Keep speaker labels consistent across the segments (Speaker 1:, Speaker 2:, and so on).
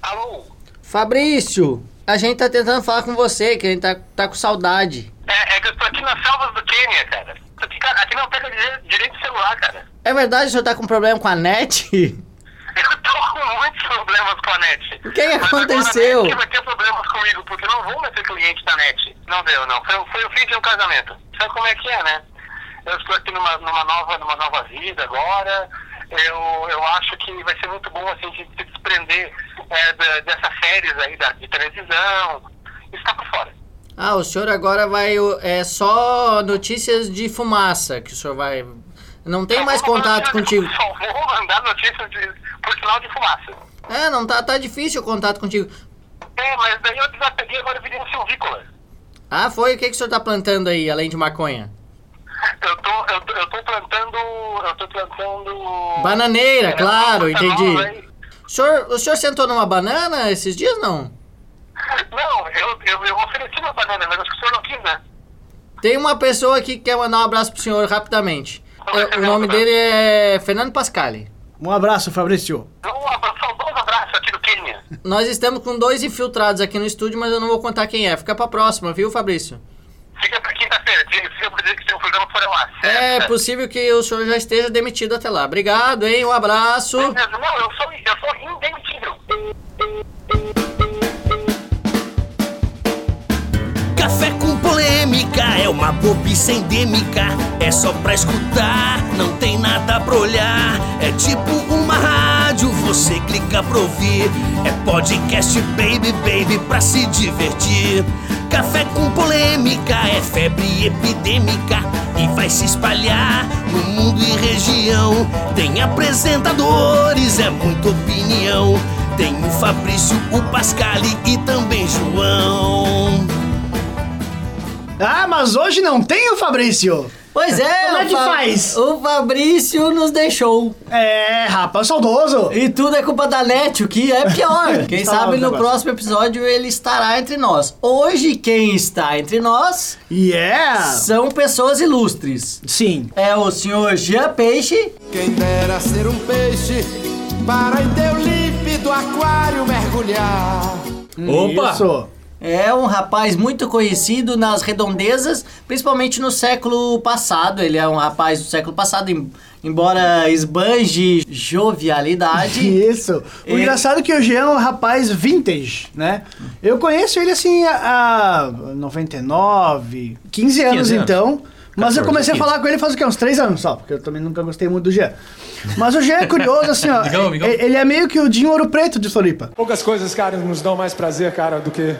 Speaker 1: Alô?
Speaker 2: Fabrício, a gente tá tentando falar com você, que a gente tá, tá com saudade.
Speaker 1: É, é que eu tô aqui nas selvas do Quênia, cara. Aqui, cara, aqui não pega dire- direito de celular, cara.
Speaker 2: É verdade, o senhor tá com problema com a net?
Speaker 1: Eu tô com muitos problemas com a net.
Speaker 2: O que que
Speaker 1: Mas agora a
Speaker 2: aconteceu?
Speaker 1: NET vai ter problemas comigo, porque eu não vou mais ser cliente da net. Não deu, não. Foi, foi o fim de um casamento. Sabe como é que é, né? Eu estou aqui numa, numa, nova, numa nova vida agora. Eu, eu acho que vai ser muito bom assim, a gente se desprender é, da- dessas séries aí da, de televisão. Isso tá por fora.
Speaker 2: Ah, o senhor agora vai. o- É só notícias de fumaça que o senhor vai. Não tem mais
Speaker 1: Só vou mandar
Speaker 2: contato
Speaker 1: notícia
Speaker 2: contigo.
Speaker 1: de- Só vou mandar notícias de, por sinal de fumaça.
Speaker 2: É, não tá, tá difícil o contato contigo.
Speaker 1: É, mas daí eu desapeguei agora eu virei um silvícola.
Speaker 2: Ah, foi? O que, que o senhor tá plantando aí, além de maconha?
Speaker 1: Eu tô, eu, tô- eu tô plantando. Eu tô plantando.
Speaker 2: Bananeira,
Speaker 1: É,
Speaker 2: claro,
Speaker 1: planta nova
Speaker 2: entendi.
Speaker 1: aí.
Speaker 2: O senhor, o senhor sentou numa banana esses dias, não?
Speaker 1: Não, eu, eu, eu ofereci uma banana, mas acho que o senhor não quis, né?
Speaker 2: Tem uma pessoa aqui que quer mandar um abraço pro senhor rapidamente. É, o nome dele é Fernando Pascali.
Speaker 3: Um abraço, Fabrício.
Speaker 1: Um abraço, são dois abraços aqui do Quênia.
Speaker 2: Nós estamos com dois infiltrados aqui no estúdio, mas eu não vou contar quem é. Fica pra próxima, viu, Fabrício?
Speaker 1: Fica pra quinta-feira, diga- fica pra dizer que seu programa foi lá.
Speaker 2: É possível que o senhor já esteja demitido até lá. Obrigado, hein? Um abraço.
Speaker 1: Não, eu sou, eu sou indemitível.
Speaker 4: Café com polêmica é uma bobice endêmica. É só pra escutar, não tem nada pra olhar. É tipo uma rádio, você clica pra ouvir. É podcast, baby, baby, pra se divertir. Café com polêmica é febre epidêmica e vai se espalhar no mundo e região. Tem apresentadores, é muita opinião. Tem o Fabrício, o Pascali e também João.
Speaker 3: Ah, mas hoje não tem o Fabrício.
Speaker 2: Pois é,
Speaker 3: Como é
Speaker 2: o
Speaker 3: que faz?
Speaker 2: O Fabrício nos deixou.
Speaker 3: É, rapaz, saudoso.
Speaker 2: E tudo é culpa da NET, o que é pior. Quem
Speaker 3: Está lá
Speaker 2: sabe
Speaker 3: o
Speaker 2: no
Speaker 3: negócio.
Speaker 2: próximo episódio ele estará entre nós. Hoje quem está entre nós
Speaker 3: Yeah!
Speaker 2: são pessoas ilustres.
Speaker 3: é. Sim.
Speaker 2: É o senhor Jean Peixe
Speaker 5: Quem dera ser um peixe para em teu límpido aquário mergulhar.
Speaker 6: Opa!
Speaker 3: Isso.
Speaker 2: É um rapaz muito conhecido nas redondezas, principalmente no século passado. Ele é um rapaz do século passado, em- embora esbanje jovialidade.
Speaker 3: Isso. O
Speaker 2: E-
Speaker 3: engraçado é que o Jean é um rapaz vintage, né? Eu conheço ele assim há há 99, 15 anos
Speaker 6: 15 anos.
Speaker 3: então. Mas eu
Speaker 6: 14,
Speaker 3: comecei a
Speaker 6: 15.
Speaker 3: falar com ele faz o quê? Uns 3 anos só, porque eu também nunca gostei muito do Jean. Mas o Jean é curioso, assim, ó.
Speaker 6: Amigão, amigão.
Speaker 3: e- Ele é meio que o Dinho Ouro Preto de Floripa.
Speaker 7: Poucas coisas, cara, nos dão mais prazer, cara, do que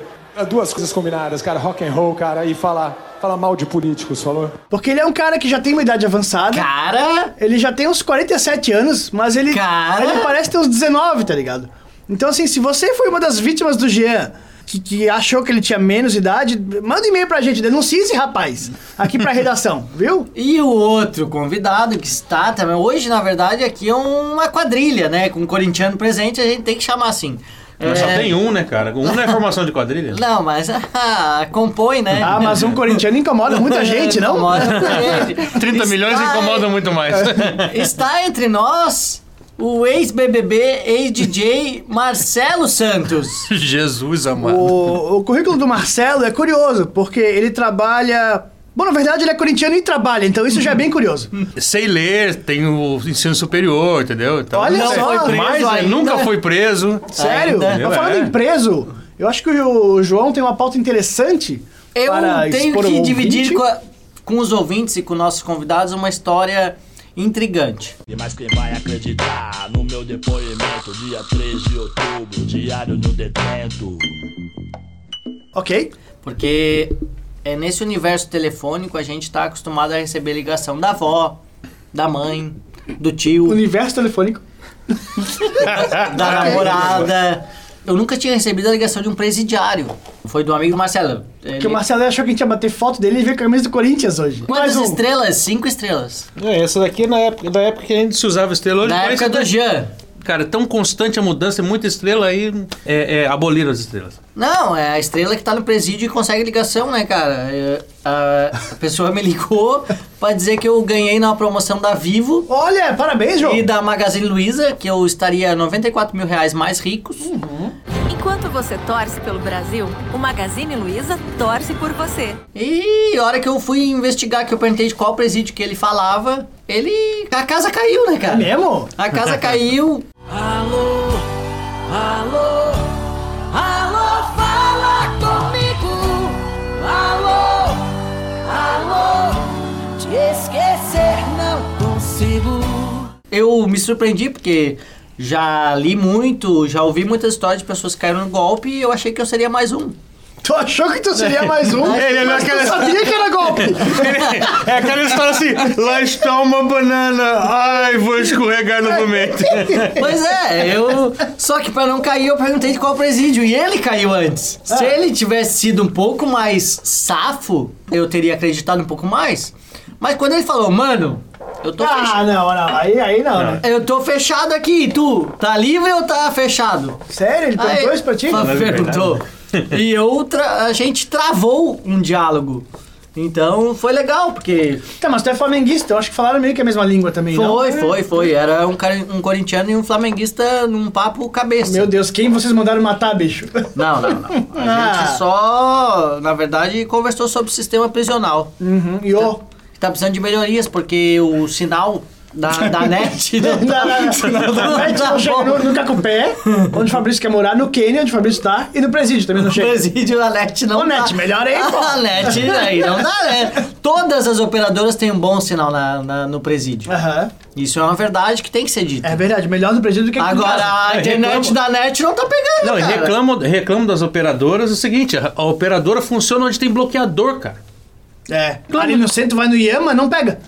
Speaker 7: duas coisas combinadas, cara, rock and roll, cara, e falar, falar mal de políticos, falou?
Speaker 3: Porque ele é um cara que já tem uma idade avançada.
Speaker 2: Cara,
Speaker 3: Ele já tem uns 47 anos, mas ele,
Speaker 2: Cara!
Speaker 3: ele parece ter uns 19, tá ligado? Então, assim, se você foi uma das vítimas do Jean, que, que achou que ele tinha menos idade, manda um e-mail pra gente, denuncie esse rapaz aqui pra redação, viu?
Speaker 2: e o outro convidado que está também. Hoje, na verdade, aqui é uma quadrilha, né? Com um corintiano presente, a gente tem que chamar assim.
Speaker 6: Mas só
Speaker 2: É,
Speaker 6: tem um, né, cara? Um não é formação de quadrilha?
Speaker 2: Não, mas ah, compõe, né?
Speaker 3: Ah, mas um corintiano incomoda muita gente, não?
Speaker 2: Incomoda muita gente.
Speaker 6: 30 milhões
Speaker 2: Está-
Speaker 6: incomodam muito mais.
Speaker 2: Está entre nós o ex-BBB, ex-DJ Marcelo Santos.
Speaker 6: Jesus amado.
Speaker 3: O, o currículo do Marcelo é curioso, porque ele trabalha. Bom, na verdade, ele é corintiano e trabalha, então isso já é bem curioso.
Speaker 6: Sei ler, tem o ensino superior, entendeu? Então,
Speaker 3: Olha
Speaker 6: não
Speaker 3: só.
Speaker 6: foi
Speaker 3: Foi
Speaker 6: preso
Speaker 2: preso
Speaker 6: mas, né,
Speaker 2: ainda.
Speaker 6: nunca foi preso.
Speaker 3: Sério?
Speaker 2: Ainda.
Speaker 3: Mas falando
Speaker 6: É.
Speaker 3: em preso, eu acho que o João tem uma pauta interessante.
Speaker 2: Eu
Speaker 3: para
Speaker 2: tenho
Speaker 3: expor
Speaker 2: que
Speaker 3: ao
Speaker 2: dividir
Speaker 3: ouvinte.
Speaker 2: com, a- com os ouvintes e com nossos convidados uma história intrigante.
Speaker 8: Mas quem vai acreditar no meu depoimento, dia 3 de outubro, diário no detento.
Speaker 3: Ok.
Speaker 2: Porque é nesse universo telefônico a gente está acostumado a receber ligação da avó, da mãe, do tio,
Speaker 3: Universo telefônico.
Speaker 2: da namorada. Eu nunca tinha recebido a ligação de um presidiário. Foi do amigo Marcelo.
Speaker 3: Porque
Speaker 2: Ele...
Speaker 3: o Marcelo achou que a gente ia bater foto dele e veio com a camisa do Corinthians hoje.
Speaker 2: Quantas
Speaker 3: Mais um.
Speaker 2: estrelas? Cinco estrelas.
Speaker 6: É, essa daqui é na época, da época que ainda se usava estrela. Hoje
Speaker 2: Na
Speaker 6: parece
Speaker 2: época do
Speaker 6: até-
Speaker 2: Jean.
Speaker 6: Cara, tão constante a mudança, muita estrela aí, é, é, aboliram as estrelas.
Speaker 2: Não, é a estrela que tá no presídio e consegue ligação, né, cara? É, a, a pessoa me ligou, pra dizer que eu ganhei na promoção da Vivo
Speaker 3: Olha, parabéns, João.
Speaker 2: e da Magazine Luiza, que eu estaria 94 mil reais mais ricos.
Speaker 9: Enquanto você torce pelo Brasil, o Magazine Luiza torce por você.
Speaker 2: E a hora que eu fui investigar, que eu perguntei de qual presídio que ele falava, ele. A casa caiu, né, cara?
Speaker 3: É mesmo?
Speaker 2: A casa caiu.
Speaker 4: Alô, alô, alô, fala comigo. Alô, alô, te esquecer não consigo.
Speaker 2: Eu me surpreendi porque já li muito, já ouvi muitas histórias de pessoas que caíram no golpe e eu achei que eu seria mais um.
Speaker 3: Tu achou que tu seria mais um?
Speaker 2: Ele olhou
Speaker 3: mas tu sabia que era golpe.
Speaker 10: É aquela história assim, lá está uma banana, ai, vou escorregar novamente.
Speaker 2: Pois é, eu. Só que pra não cair, eu perguntei de qual presídio. E ele caiu antes.
Speaker 3: Ah.
Speaker 2: Se ele tivesse sido um pouco mais safo, eu teria acreditado um pouco mais. Mas quando ele falou, mano, eu tô fechado.
Speaker 3: Ah, não, não. Aí, aí não, né?
Speaker 2: Eu tô fechado aqui, e tu? Tá livre ou tá fechado?
Speaker 3: Sério? Ele
Speaker 2: Aí-
Speaker 3: perguntou isso pra ti?
Speaker 2: Fa- Perguntou. E eu tra- a gente travou um diálogo. Então foi legal, porque
Speaker 3: Tá, mas tu é flamenguista, eu acho que falaram meio que a mesma língua também, não?
Speaker 2: foi, foi, foi. Era um, cara, um corintiano e um flamenguista num papo cabeça.
Speaker 3: Meu Deus, quem vocês mandaram matar, bicho?
Speaker 2: Não, não, não. A
Speaker 3: Ah.
Speaker 2: gente só, na verdade, conversou sobre o sistema prisional.
Speaker 3: Uhum. E ô,
Speaker 2: Que tá precisando de melhorias, porque o sinal da, da net não
Speaker 3: Não,
Speaker 2: tá,
Speaker 3: não, não.
Speaker 2: não
Speaker 3: Aí, tipo,
Speaker 2: tá
Speaker 3: chega
Speaker 2: bom.
Speaker 3: no, no Cacupé, onde o Fabrício quer morar, no Quênia, onde o Fabrício tá, e no presídio também não
Speaker 2: No
Speaker 3: chega.
Speaker 2: presídio a net não
Speaker 3: Ô,
Speaker 2: dá.
Speaker 3: net, melhora aí, pô.
Speaker 2: A net aí não dá, né? Todas as operadoras têm um bom sinal na, na- no presídio.
Speaker 3: Aham.
Speaker 2: Isso é uma verdade que tem que ser dita.
Speaker 3: É então- verdade, melhor no presídio do que aqui em casa. É,
Speaker 2: Agora, a internet da net não tá pegando,
Speaker 6: Não, e
Speaker 2: cara.
Speaker 6: reclamo, reclamo das operadoras é o seguinte, a, a operadora funciona onde tem bloqueador, cara.
Speaker 3: É, ali no centro vai no Iama, não pega.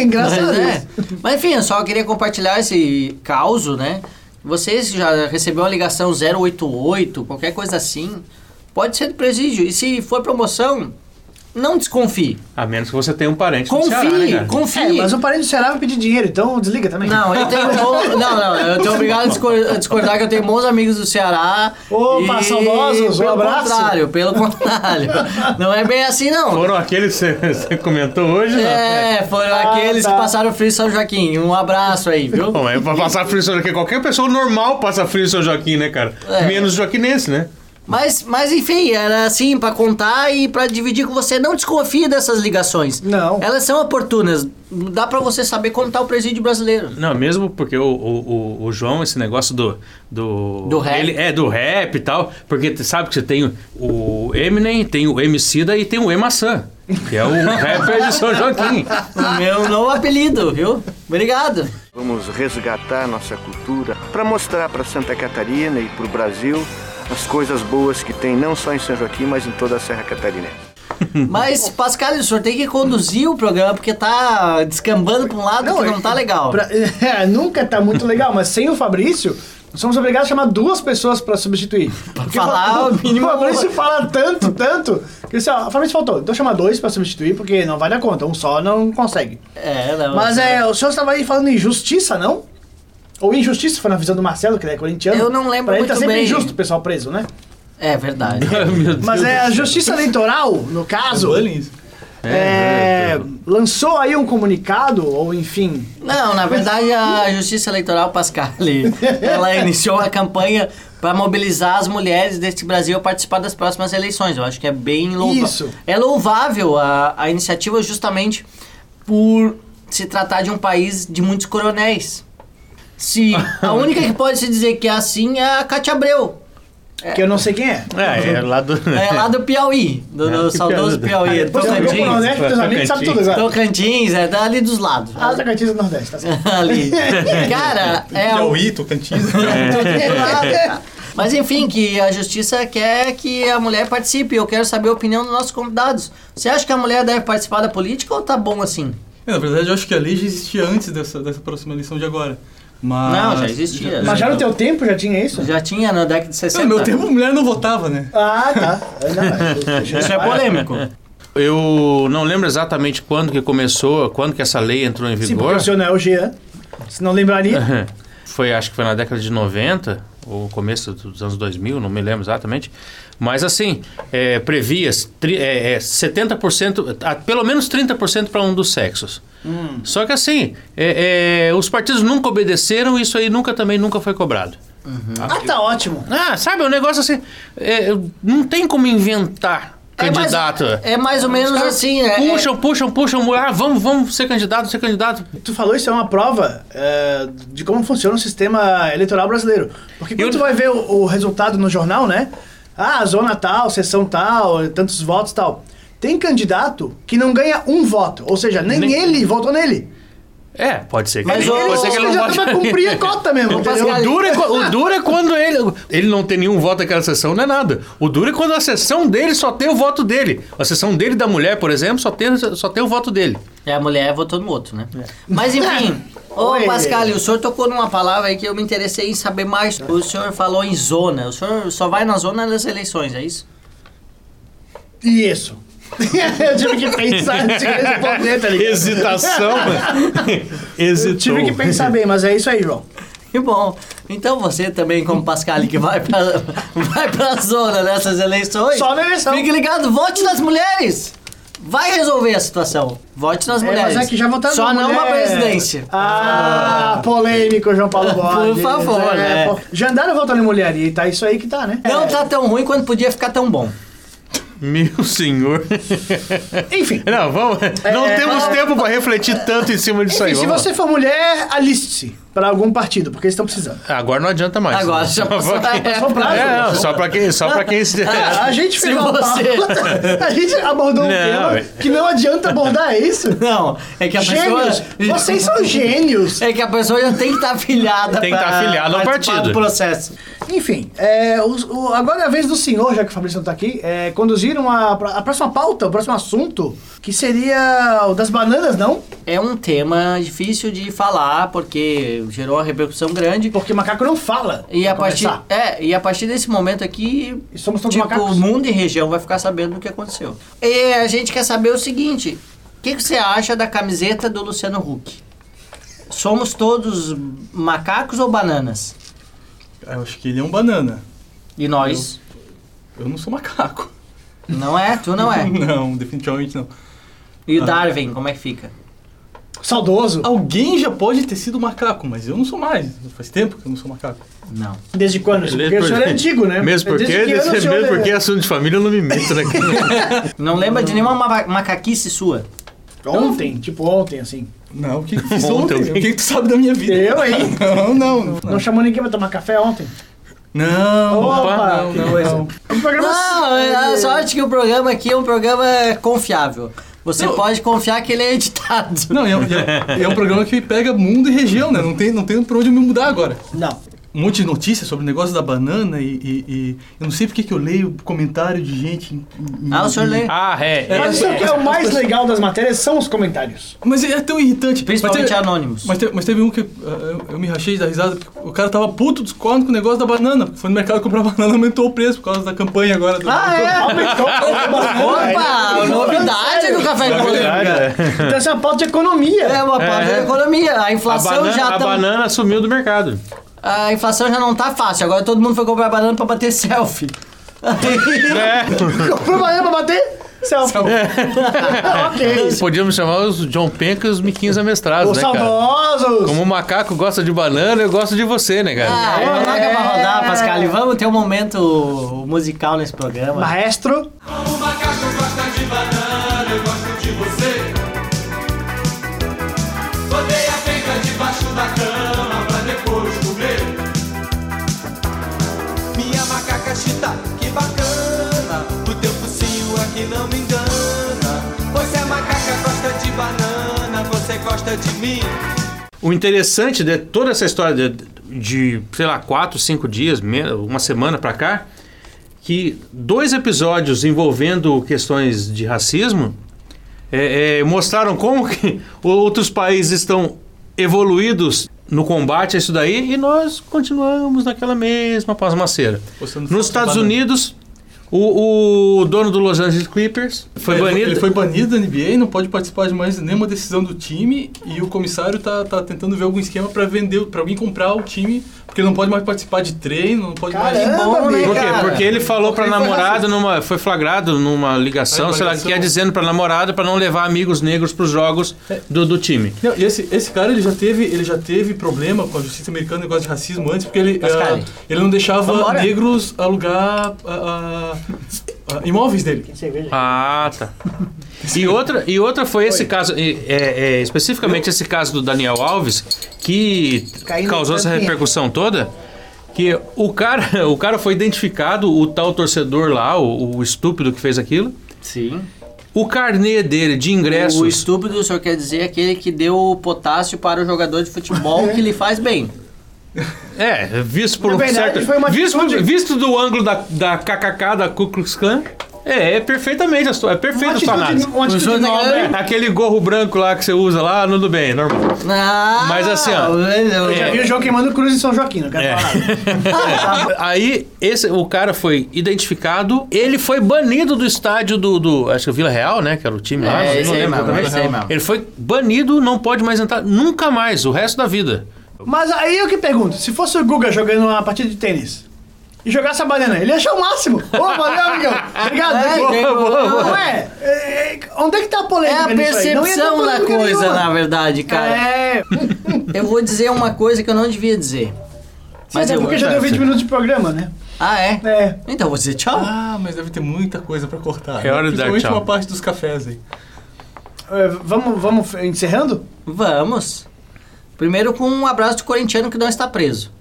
Speaker 3: Engraçado
Speaker 2: Mas,
Speaker 3: isso.
Speaker 2: né? Mas enfim, eu só queria compartilhar esse caos, né? Você se já recebeu uma ligação 088, qualquer coisa assim, pode ser do presídio. E se for promoção, não desconfie.
Speaker 6: A menos que você tenha um parente no
Speaker 2: Confie,
Speaker 6: Ceará, né, cara?
Speaker 2: confie.
Speaker 3: É, mas o parente do Ceará vai pedir dinheiro, então desliga também.
Speaker 2: Não, eu tenho. um bom- não, não, eu tenho obrigado a discor- a discordar que eu tenho bons amigos do Ceará.
Speaker 3: Opa,
Speaker 2: e
Speaker 3: saudosos, um
Speaker 2: Pelo
Speaker 3: abraço.
Speaker 2: contrário, pelo contrário. Não é bem assim, não.
Speaker 10: Foram aqueles que você- você comentou hoje, né? não?
Speaker 2: É, foram
Speaker 3: Ah,
Speaker 2: aqueles
Speaker 3: tá.
Speaker 2: que passaram frio em São Joaquim. Um abraço aí, viu?
Speaker 10: Bom, é pra passar frio em São Joaquim. Qualquer pessoa normal passa frio em São Joaquim, né, cara?
Speaker 2: É.
Speaker 10: Menos joaquinense, né?
Speaker 2: Mas, mas enfim, era assim pra contar e pra dividir com você. Não desconfie dessas ligações.
Speaker 3: Não.
Speaker 2: Elas são oportunas. Dá pra você saber como tá o presídio brasileiro.
Speaker 6: Não, mesmo porque o, o, o- o João, esse negócio do. Do,
Speaker 2: Do rap.
Speaker 6: Ele, é, do rap e tal. Porque tu sabe que você tem o Eminem, tem o Emicida e tem o Emaçã. Que é o rapper de São Joaquim.
Speaker 2: O Meu novo apelido, viu? Obrigado.
Speaker 11: Vamos resgatar nossa cultura para mostrar para Santa Catarina e para o Brasil as coisas boas que tem não só em São Joaquim, mas em toda a Serra Catarinense.
Speaker 2: Mas, Pascal, o senhor tem que conduzir o programa porque tá descambando pra um lado que não tá legal.
Speaker 3: Pra- é, nunca tá muito legal, mas sem o Fabrício, nós somos obrigados a chamar duas pessoas pra substituir. Porque
Speaker 2: falar
Speaker 3: o,
Speaker 2: o mínimo-
Speaker 3: O Fabrício fala tanto, tanto, que assim, ó, o Fabrício faltou. Então chama dois pra substituir, porque não vale a conta. Um só não consegue.
Speaker 2: É, não.
Speaker 3: Mas é, o senhor estava aí falando em justiça, não? Ou injustiça, foi na visão do Marcelo, que ele é corintiano.
Speaker 2: Eu não lembro
Speaker 3: pra ele tá
Speaker 2: muito
Speaker 3: sempre
Speaker 2: bem.
Speaker 3: injusto o pessoal preso, né?
Speaker 2: É verdade.
Speaker 6: Meu Deus.
Speaker 3: Mas é a Justiça Eleitoral, no caso. é, lançou aí um comunicado, ou enfim.
Speaker 2: Não, na verdade a Justiça Eleitoral Pascal, ela iniciou uma campanha para mobilizar as mulheres deste Brasil a participar das próximas eleições. Eu acho que é bem louvável.
Speaker 3: Isso.
Speaker 2: É louvável a, a iniciativa justamente por se tratar de um país de muitos coronéis. Se a única que pode se dizer que é assim é a Cátia Abreu.
Speaker 3: Que eu não sei quem é.
Speaker 10: É, é lá do.
Speaker 2: É lá do Piauí, do, do
Speaker 10: É, que
Speaker 2: saudoso
Speaker 10: piada.
Speaker 2: Piauí.
Speaker 3: Você é do
Speaker 2: Tocantins.
Speaker 3: Nordeste, teus amigos sabem tudo agora.
Speaker 2: Tocantins, é tá ali dos lados.
Speaker 3: Ah, Tocantins do Nordeste, tá certo.
Speaker 2: ali. Cara, é o
Speaker 10: Piauí, Tocantins.
Speaker 2: Mas enfim, que a justiça quer que a mulher participe. Eu quero saber a opinião dos nossos convidados. Você acha que a mulher deve participar da política ou tá bom assim?
Speaker 5: Na verdade, eu acho que a lei já existia antes dessa, dessa próxima eleição de agora. Mas...
Speaker 2: Não, já existia.
Speaker 3: Mas já um- no teu tempo já tinha isso?
Speaker 2: Já tinha na década de 60.
Speaker 5: No meu tempo, mulher não votava, né?
Speaker 3: Ah, tá. Ainda mais.
Speaker 2: Isso é polêmico.
Speaker 6: Eu não lembro exatamente quando que começou, quando que essa lei entrou em
Speaker 3: Sim, porque
Speaker 6: vigor.
Speaker 3: o senhor não é o Jean. Se não lembraria.
Speaker 6: Foi, acho que foi na década de 90. ou começo dos anos 2000, não me lembro exatamente. Mas assim, é, previa tri- é, é, 70%, a- pelo menos 30% para um dos sexos.
Speaker 3: Hum.
Speaker 6: Só que assim, é, é, os partidos nunca obedeceram e isso aí nunca também nunca foi cobrado.
Speaker 3: Ah, tá ótimo.
Speaker 6: Ah, sabe, o negócio assim, é, não tem como inventar
Speaker 2: É mais-
Speaker 6: candidato.
Speaker 2: é mais ou
Speaker 6: Os
Speaker 2: menos
Speaker 6: caras
Speaker 2: assim,
Speaker 3: é,
Speaker 2: né?
Speaker 6: Puxam, puxam, puxam, ah, vamos, vamos ser candidato, ser candidato.
Speaker 3: Tu falou isso é uma prova é, de como funciona o sistema eleitoral brasileiro. Porque quando tu vai ver o, o resultado no jornal, né? Ah, zona tal, sessão tal, tantos votos tal. Tem candidato que não ganha um voto. Ou seja, nem,
Speaker 6: Nem-
Speaker 3: ele votou nele.
Speaker 6: É, pode ser que
Speaker 3: Mas
Speaker 6: ele,
Speaker 3: o-
Speaker 6: pode ser que ele não
Speaker 3: já
Speaker 6: vote.
Speaker 3: tava cumprir a cota mesmo,
Speaker 6: O
Speaker 3: entendeu?
Speaker 6: duro, é, qu- o duro é quando ele... Ele não tem nenhum voto naquela sessão, não é nada. O duro é quando a sessão dele só tem o voto dele. A sessão dele da mulher, por exemplo, só tem, só tem o voto dele.
Speaker 2: É, a mulher votou no outro, né? Mas enfim, ô
Speaker 6: Oi.
Speaker 2: Pascal, o senhor tocou numa palavra aí que eu me interessei em saber mais. O senhor falou em zona. O senhor só vai na zona nas eleições, é isso?
Speaker 3: Isso. eu tive que pensar antes de responder, tá ligado?
Speaker 2: Hesitação.
Speaker 3: Eu tive que pensar bem, mas é isso aí, João.
Speaker 2: Que bom. Então você também, como Pascal, que vai pra, vai pra zona nessas eleições. Só na eleição. Fique ligado, vote nas mulheres. Vai resolver a situação. Vote nas
Speaker 3: É,
Speaker 2: mulheres.
Speaker 3: mas é que já votaram
Speaker 2: Só
Speaker 3: na
Speaker 2: não
Speaker 3: mulher.
Speaker 2: pra presidência.
Speaker 3: Ah, polêmico, João Paulo
Speaker 2: Por
Speaker 3: Borges.
Speaker 2: favor, né?
Speaker 3: pô. Já andaram voltando em mulher e tá isso aí que tá, né?
Speaker 2: Não tá tão ruim quanto podia ficar tão bom.
Speaker 6: Meu senhor.
Speaker 3: É. Enfim.
Speaker 6: Não, vamos... não
Speaker 3: É,
Speaker 6: temos
Speaker 3: vamos-
Speaker 6: tempo pra refletir tanto em cima disso aí.
Speaker 3: Enfim, se
Speaker 6: vamos lá.
Speaker 3: você for mulher, aliste-se para algum partido, porque eles estão precisando.
Speaker 6: Agora não adianta mais.
Speaker 3: Agora já passou
Speaker 6: Só pra quem-
Speaker 3: a
Speaker 2: um
Speaker 3: época. Passou o prazo.
Speaker 6: É, não, só pra quem... Só pra quem...
Speaker 2: É.
Speaker 6: se-
Speaker 3: A, a gente
Speaker 6: Se
Speaker 3: fez uma
Speaker 6: você-
Speaker 3: pauta, a gente abordou um
Speaker 6: Não, é.
Speaker 3: tema
Speaker 6: velho.
Speaker 3: que não adianta abordar, é isso?
Speaker 2: Não, é que a
Speaker 3: Gênios,
Speaker 2: pessoa...
Speaker 3: vocês são gênios.
Speaker 2: É que a pessoa já tem que estar afiliada
Speaker 6: Tem que
Speaker 2: pra
Speaker 6: tá afiliada ao
Speaker 2: participar
Speaker 6: partido.
Speaker 2: do processo.
Speaker 3: Enfim, é, os- o- agora é a vez do senhor, já que o Fabrício não tá aqui, é, conduzir uma, a próxima pauta, o próximo assunto, que seria o das bananas, não?
Speaker 2: É um tema difícil de falar, porque gerou uma repercussão grande.
Speaker 3: Porque macaco não fala.
Speaker 2: E a,
Speaker 3: pra
Speaker 2: partir,
Speaker 3: começar.
Speaker 2: é, e a partir desse momento aqui, tipo,
Speaker 3: macacos.
Speaker 2: o mundo e região vai ficar sabendo do que aconteceu. E a gente quer saber o seguinte, o que, que você acha da camiseta do Luciano Huck? Somos todos macacos ou bananas?
Speaker 12: Eu acho que ele é um banana.
Speaker 2: E nós?
Speaker 12: Eu, eu não sou macaco.
Speaker 2: Não é? Tu não é?
Speaker 12: não, definitivamente não.
Speaker 2: E o
Speaker 12: Ah.
Speaker 2: Darwin, como é que fica?
Speaker 3: Saudoso.
Speaker 12: Alguém já pode ter sido macaco, mas eu não sou mais. Faz tempo que eu não sou macaco.
Speaker 2: Não.
Speaker 3: Desde quando? Porque o senhor é antigo, né?
Speaker 6: Mesmo porque,
Speaker 3: Desde que ano o
Speaker 6: mesmo
Speaker 3: senhor é-
Speaker 6: porque é assunto de família, eu não me meto, né?
Speaker 2: Não lembra de nenhuma ma- macaquice sua?
Speaker 3: Ontem, tipo ontem, assim.
Speaker 12: Não, o que, que fiz ontem? O que, que tu sabe da minha vida?
Speaker 3: Eu, hein?
Speaker 12: não, não, não.
Speaker 3: Não chamou ninguém pra tomar café ontem?
Speaker 12: Não,
Speaker 3: Opa,
Speaker 12: não,
Speaker 3: que
Speaker 12: não,
Speaker 3: coisa.
Speaker 12: não.
Speaker 3: Um programa
Speaker 2: Não, é a
Speaker 3: sério.
Speaker 2: sorte que o programa aqui é um programa confiável. Você pode confiar que ele é editado.
Speaker 12: Não, e é, e é- e é um programa que pega mundo e região, né? Não tem, não tem pra onde eu me mudar agora.
Speaker 2: é,
Speaker 3: Não.
Speaker 12: Um monte de notícia sobre o negócio da banana e, e- e eu não sei porque que eu leio comentário de gente. em- em-
Speaker 2: Ah, o senhor
Speaker 12: em-
Speaker 2: lê.
Speaker 6: Ah, é.
Speaker 3: Mas isso que é o mais legal das matérias são os comentários.
Speaker 12: Mas é tão irritante.
Speaker 3: Principalmente
Speaker 12: Mas teve-
Speaker 3: anônimos.
Speaker 12: Mas teve, mas teve um que ah, eu, eu me rachei da risada, porque o cara tava puto discordando com o negócio da banana. porque Foi no mercado comprar banana, aumentou o preço por causa da campanha agora. Do,
Speaker 3: Ah, é? Aumentou.
Speaker 2: Opa, novidade do Café com
Speaker 6: Novidade,
Speaker 2: Leite.
Speaker 6: é.
Speaker 3: Então essa é uma pauta de economia.
Speaker 2: É uma pauta
Speaker 6: É.
Speaker 2: de economia. A
Speaker 6: A
Speaker 2: inflação
Speaker 6: banana,
Speaker 2: já
Speaker 6: a
Speaker 2: tá...
Speaker 6: banana sumiu do mercado.
Speaker 2: A inflação já não tá fácil. Agora todo mundo foi comprar banana pra bater selfie.
Speaker 6: É.
Speaker 3: Comprou banana pra bater? Selfie. ok.
Speaker 2: é,
Speaker 6: Podíamos É. chamar os John Penca e os Miquinhos Amestrados,
Speaker 3: Os
Speaker 6: né, cara?
Speaker 3: saudosos!
Speaker 6: Como o macaco gosta de banana, eu gosto de você, né, cara?
Speaker 2: Ah, é. Coloca pra rodar, Pascal. E Vamos ter um momento musical nesse programa.
Speaker 3: Maestro.
Speaker 5: O macaco gosta de banana, eu gosto de você. Botei a penca debaixo da cama pra depois comer. Minha macaca chita, que bacana. O teu focinho aqui não me engana. Você é macaca, gosta de banana, você gosta de mim.
Speaker 6: O interessante de toda essa história de, de, sei lá, quatro, cinco dias, me- uma semana pra cá, que dois episódios envolvendo questões de racismo é, é, mostraram como que outros países estão evoluídos no combate a isso daí e nós continuamos naquela mesma pasmaceira. Nos Estados Unidos, o, o dono do Los Angeles Clippers foi
Speaker 12: É,
Speaker 6: banido.
Speaker 12: Ele foi banido da NBA, não pode participar de mais nenhuma decisão do time e o comissário tá, tá tentando ver algum esquema pra vender, para alguém comprar o time Porque não pode mais participar de treino, não pode mais.
Speaker 6: Por quê? Porque ele falou pra namorada, numa, foi flagrado numa ligação,
Speaker 12: Aí,
Speaker 6: sei lá,
Speaker 12: ligação.
Speaker 6: que é dizendo pra namorada pra não levar amigos negros pros jogos do, do time.
Speaker 12: Não, e esse, esse cara ele já, teve, ele já teve problema com a justiça americana negócio de racismo antes, porque ele,
Speaker 6: Mas,
Speaker 12: ah,
Speaker 6: cara,
Speaker 12: ele não deixava
Speaker 6: vambora.
Speaker 12: negros alugar ah, ah, ah, imóveis dele.
Speaker 6: Ah, tá. E outra, e outra foi esse caso, e, é, é, especificamente esse caso do Daniel Alves, que
Speaker 2: Caindo
Speaker 6: causou essa
Speaker 2: tampinha.
Speaker 6: repercussão toda. Que o cara, o cara foi identificado, o tal torcedor lá, o, o estúpido que fez aquilo.
Speaker 2: Sim.
Speaker 6: O carnê dele de ingresso.
Speaker 2: O estúpido, o senhor quer dizer, é aquele que deu o potássio para o jogador de futebol que lhe faz bem.
Speaker 6: É, visto por
Speaker 2: Na
Speaker 6: um
Speaker 2: verdade,
Speaker 6: certo.
Speaker 2: foi uma
Speaker 6: visto,
Speaker 2: atitude-
Speaker 6: visto do ângulo da, da KKK, da Ku Klux Klan. É, é perfeitamente a sua, é perfeita a sua
Speaker 2: atitude-
Speaker 6: análise.
Speaker 2: uma atitude né?
Speaker 6: O senhor-
Speaker 2: nobre.
Speaker 6: Aquele gorro branco lá que você usa lá, tudo bem, normal.
Speaker 2: Ah,
Speaker 6: Mas assim, ó.
Speaker 3: Eu já
Speaker 6: é,
Speaker 3: vi o João queimando cruz em São Joaquim, não quero falar.
Speaker 6: é. Aí esse, o cara foi identificado, ele foi banido do estádio do, do- acho que é Vila Real, né? Que era o time lá,
Speaker 2: É,
Speaker 6: não-
Speaker 2: esse
Speaker 6: não
Speaker 2: aí
Speaker 6: lembro.
Speaker 2: mesmo,
Speaker 6: exatamente.
Speaker 2: esse aí mesmo.
Speaker 6: Ele foi banido, não pode mais entrar nunca mais, o resto da vida.
Speaker 3: Mas aí eu que pergunto, se fosse o Guga jogando uma partida de tênis e jogasse a banana, ele ia achar o máximo. Ô, valeu, amigão. Obrigado.
Speaker 2: É,
Speaker 3: Daqui-
Speaker 2: tem-
Speaker 3: Ué, é, é, onde é que tá a
Speaker 2: É
Speaker 3: polêmica
Speaker 2: a
Speaker 3: nisso aí? Não ia ter
Speaker 2: percepção da
Speaker 3: polêmica
Speaker 2: coisa, né?
Speaker 3: nenhuma.
Speaker 2: na verdade, cara.
Speaker 3: É.
Speaker 2: Eu vou dizer uma coisa que eu não devia dizer. é
Speaker 3: até é porque já deu 20 minutos de programa, né?
Speaker 2: Ah, é?
Speaker 3: É.
Speaker 2: Então vou dizer tchau.
Speaker 12: Ah, mas deve ter muita coisa pra cortar.
Speaker 6: É hora de dar
Speaker 12: Principalmente
Speaker 6: tchau.
Speaker 12: uma parte dos cafés aí.
Speaker 3: É, vamos, vamos encerrando?
Speaker 2: Vamos. Primeiro com um abraço de corintiano que não está preso.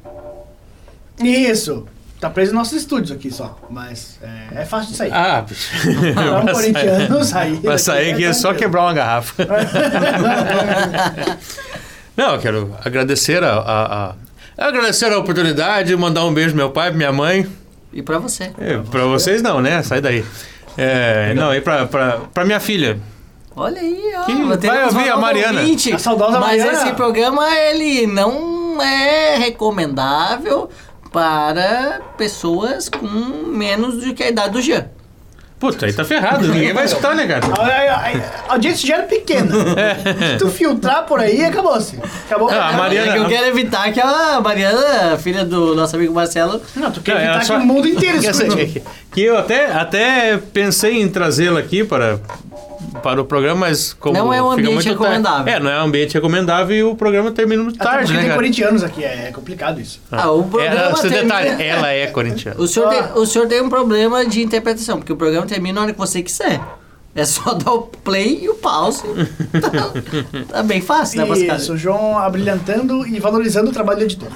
Speaker 3: Isso. Tá preso em nossos estúdios aqui só, mas é, é fácil de sair.
Speaker 6: Ah, é.
Speaker 3: Pra um
Speaker 6: pra sair-
Speaker 3: corintiano sair
Speaker 6: Pra
Speaker 3: daqui
Speaker 6: sair
Speaker 3: é
Speaker 6: aqui é só quebrar uma garrafa. Não, eu quero agradecer a, a- a- agradecer a oportunidade, mandar um beijo pro meu pai, pra minha mãe.
Speaker 2: E pra você.
Speaker 6: É, pra vocês não, né? Sai daí. É, não, e pra, pra, pra minha filha.
Speaker 2: Olha aí, ó.
Speaker 6: Que
Speaker 2: teremos
Speaker 6: vai ouvir
Speaker 2: uma
Speaker 6: a
Speaker 2: nova
Speaker 6: Mariana.
Speaker 2: ouvinte.
Speaker 6: A saudosa
Speaker 2: Mas
Speaker 6: Mariana.
Speaker 2: esse programa, ele não é recomendável para pessoas com menos do que a idade do Jean.
Speaker 6: Puta, aí tá ferrado, ninguém vai escutar, né, cara?
Speaker 3: Olha aí, ó, A audiência já era pequena. Se tu filtrar por aí, acabou-se. Acabou.
Speaker 6: É. Ah, a
Speaker 2: É
Speaker 6: Mariana-
Speaker 2: que eu quero evitar que a Mariana, filha do nosso amigo Marcelo...
Speaker 3: Não, tu
Speaker 6: Não, ela só- Quer
Speaker 2: escute.
Speaker 6: Tá dizer, que- Que eu até, até pensei em trazê-la aqui para, para o programa, mas como
Speaker 2: Não é um
Speaker 6: fica
Speaker 2: ambiente
Speaker 6: muito tarde-
Speaker 2: recomendável.
Speaker 6: É, não é um ambiente recomendável e o programa termina muito
Speaker 3: Até
Speaker 6: tarde,
Speaker 3: porque
Speaker 6: né,
Speaker 3: tem
Speaker 6: cara?
Speaker 3: corintianos aqui, é complicado isso.
Speaker 6: Tá.
Speaker 2: Ah, o programa
Speaker 6: ela, esse
Speaker 2: termina-
Speaker 6: É, detalhe, ela é corintiana.
Speaker 2: O senhor,
Speaker 3: Ah.
Speaker 2: tem, o senhor tem um problema de interpretação, porque o programa termina na hora que você quiser. É só dar o play e o pause. Tá, tá bem
Speaker 6: é
Speaker 2: fácil, né,
Speaker 3: Isso,
Speaker 2: Pascal?
Speaker 3: o João abrilhantando e valorizando o trabalho do editor.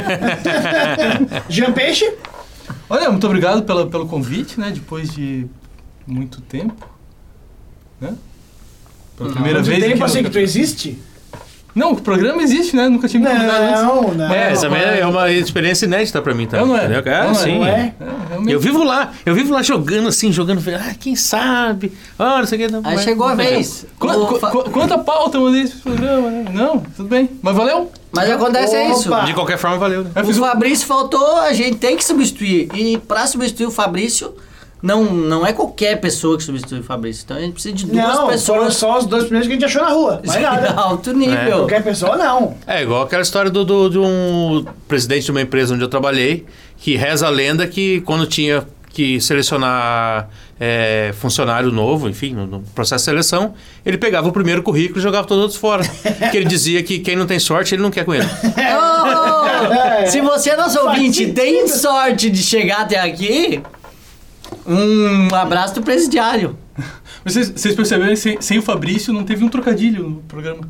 Speaker 6: É.
Speaker 3: Jean Peixe?
Speaker 12: Olha, muito obrigado pela, pelo convite, né? Depois de muito tempo. Né? Pela primeira
Speaker 3: Muito
Speaker 12: vez.
Speaker 3: tempo
Speaker 12: aqui no-
Speaker 3: assim que tu existe?
Speaker 12: Não, o programa existe, né? Nunca tinha me convidado antes.
Speaker 3: Não, não.
Speaker 6: É, essa é uma experiência inédita pra mim também.
Speaker 12: Não, não é.
Speaker 6: entendeu, cara?
Speaker 12: Não, não é.
Speaker 6: sim.
Speaker 12: Não é.
Speaker 6: Eu vivo lá, eu vivo lá jogando assim, jogando. Ah, quem sabe? Ah, não sei o que.
Speaker 2: Aí chegou a vez.
Speaker 12: Qu-
Speaker 2: O
Speaker 12: qu-
Speaker 2: fa-
Speaker 12: qu- Quanta pauta eu mandei esse programa, né? Não, tudo bem. Mas valeu? um-
Speaker 2: Mas acontece é isso.
Speaker 6: De qualquer forma, valeu, né?
Speaker 2: O Fabrício faltou, a gente tem que substituir. E pra substituir o Fabrício, não, não é qualquer pessoa que substitui o Fabrício. Então a gente precisa de duas
Speaker 3: Não, foram
Speaker 2: pessoas
Speaker 3: só os dois primeiros que a gente achou na rua. Mais
Speaker 2: de
Speaker 3: nada.
Speaker 2: alto nível.
Speaker 3: Qualquer pessoa, não.
Speaker 6: É igual aquela história do, do- de um presidente de uma empresa onde eu trabalhei, que reza a lenda que quando tinha que selecionar é, funcionário novo, enfim, no, no processo de seleção, ele pegava o primeiro currículo e jogava todos os outros fora. Porque ele dizia que quem não tem sorte, ele não quer com ele.
Speaker 2: Oh! se você é nosso
Speaker 3: Faz
Speaker 2: ouvinte e
Speaker 3: sentido.
Speaker 2: tem sorte de chegar até aqui, um abraço do presidiário.
Speaker 12: Mas Vocês, vocês perceberam que sem, sem o Fabrício não teve um trocadilho no programa.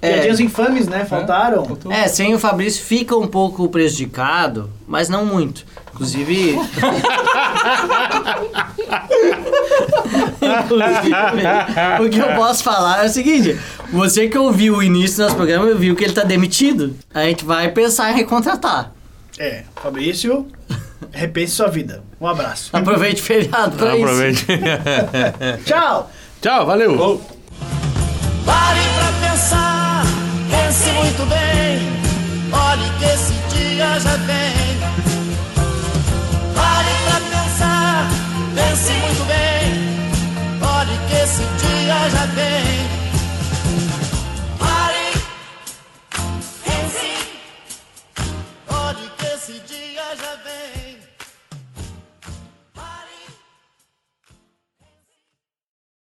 Speaker 3: Piadinhas infames, né? Faltaram.
Speaker 2: É, sem o Fabrício fica um pouco prejudicado, mas não muito. Inclusive. Inclusive, o que eu posso falar é o seguinte: você que ouviu o início do nosso programa, viu que ele tá demitido. A gente vai pensar em recontratar.
Speaker 3: É, Fabrício, repense sua vida. Um abraço.
Speaker 2: Aproveite o feriado pra isso.
Speaker 6: Aproveite.
Speaker 3: Tchau!
Speaker 6: Tchau, valeu.
Speaker 13: Pare pra pensar, pense muito bem. Olhe que esse dia já vem. Pare pra pensar, pense muito bem. Olhe que esse dia já vem.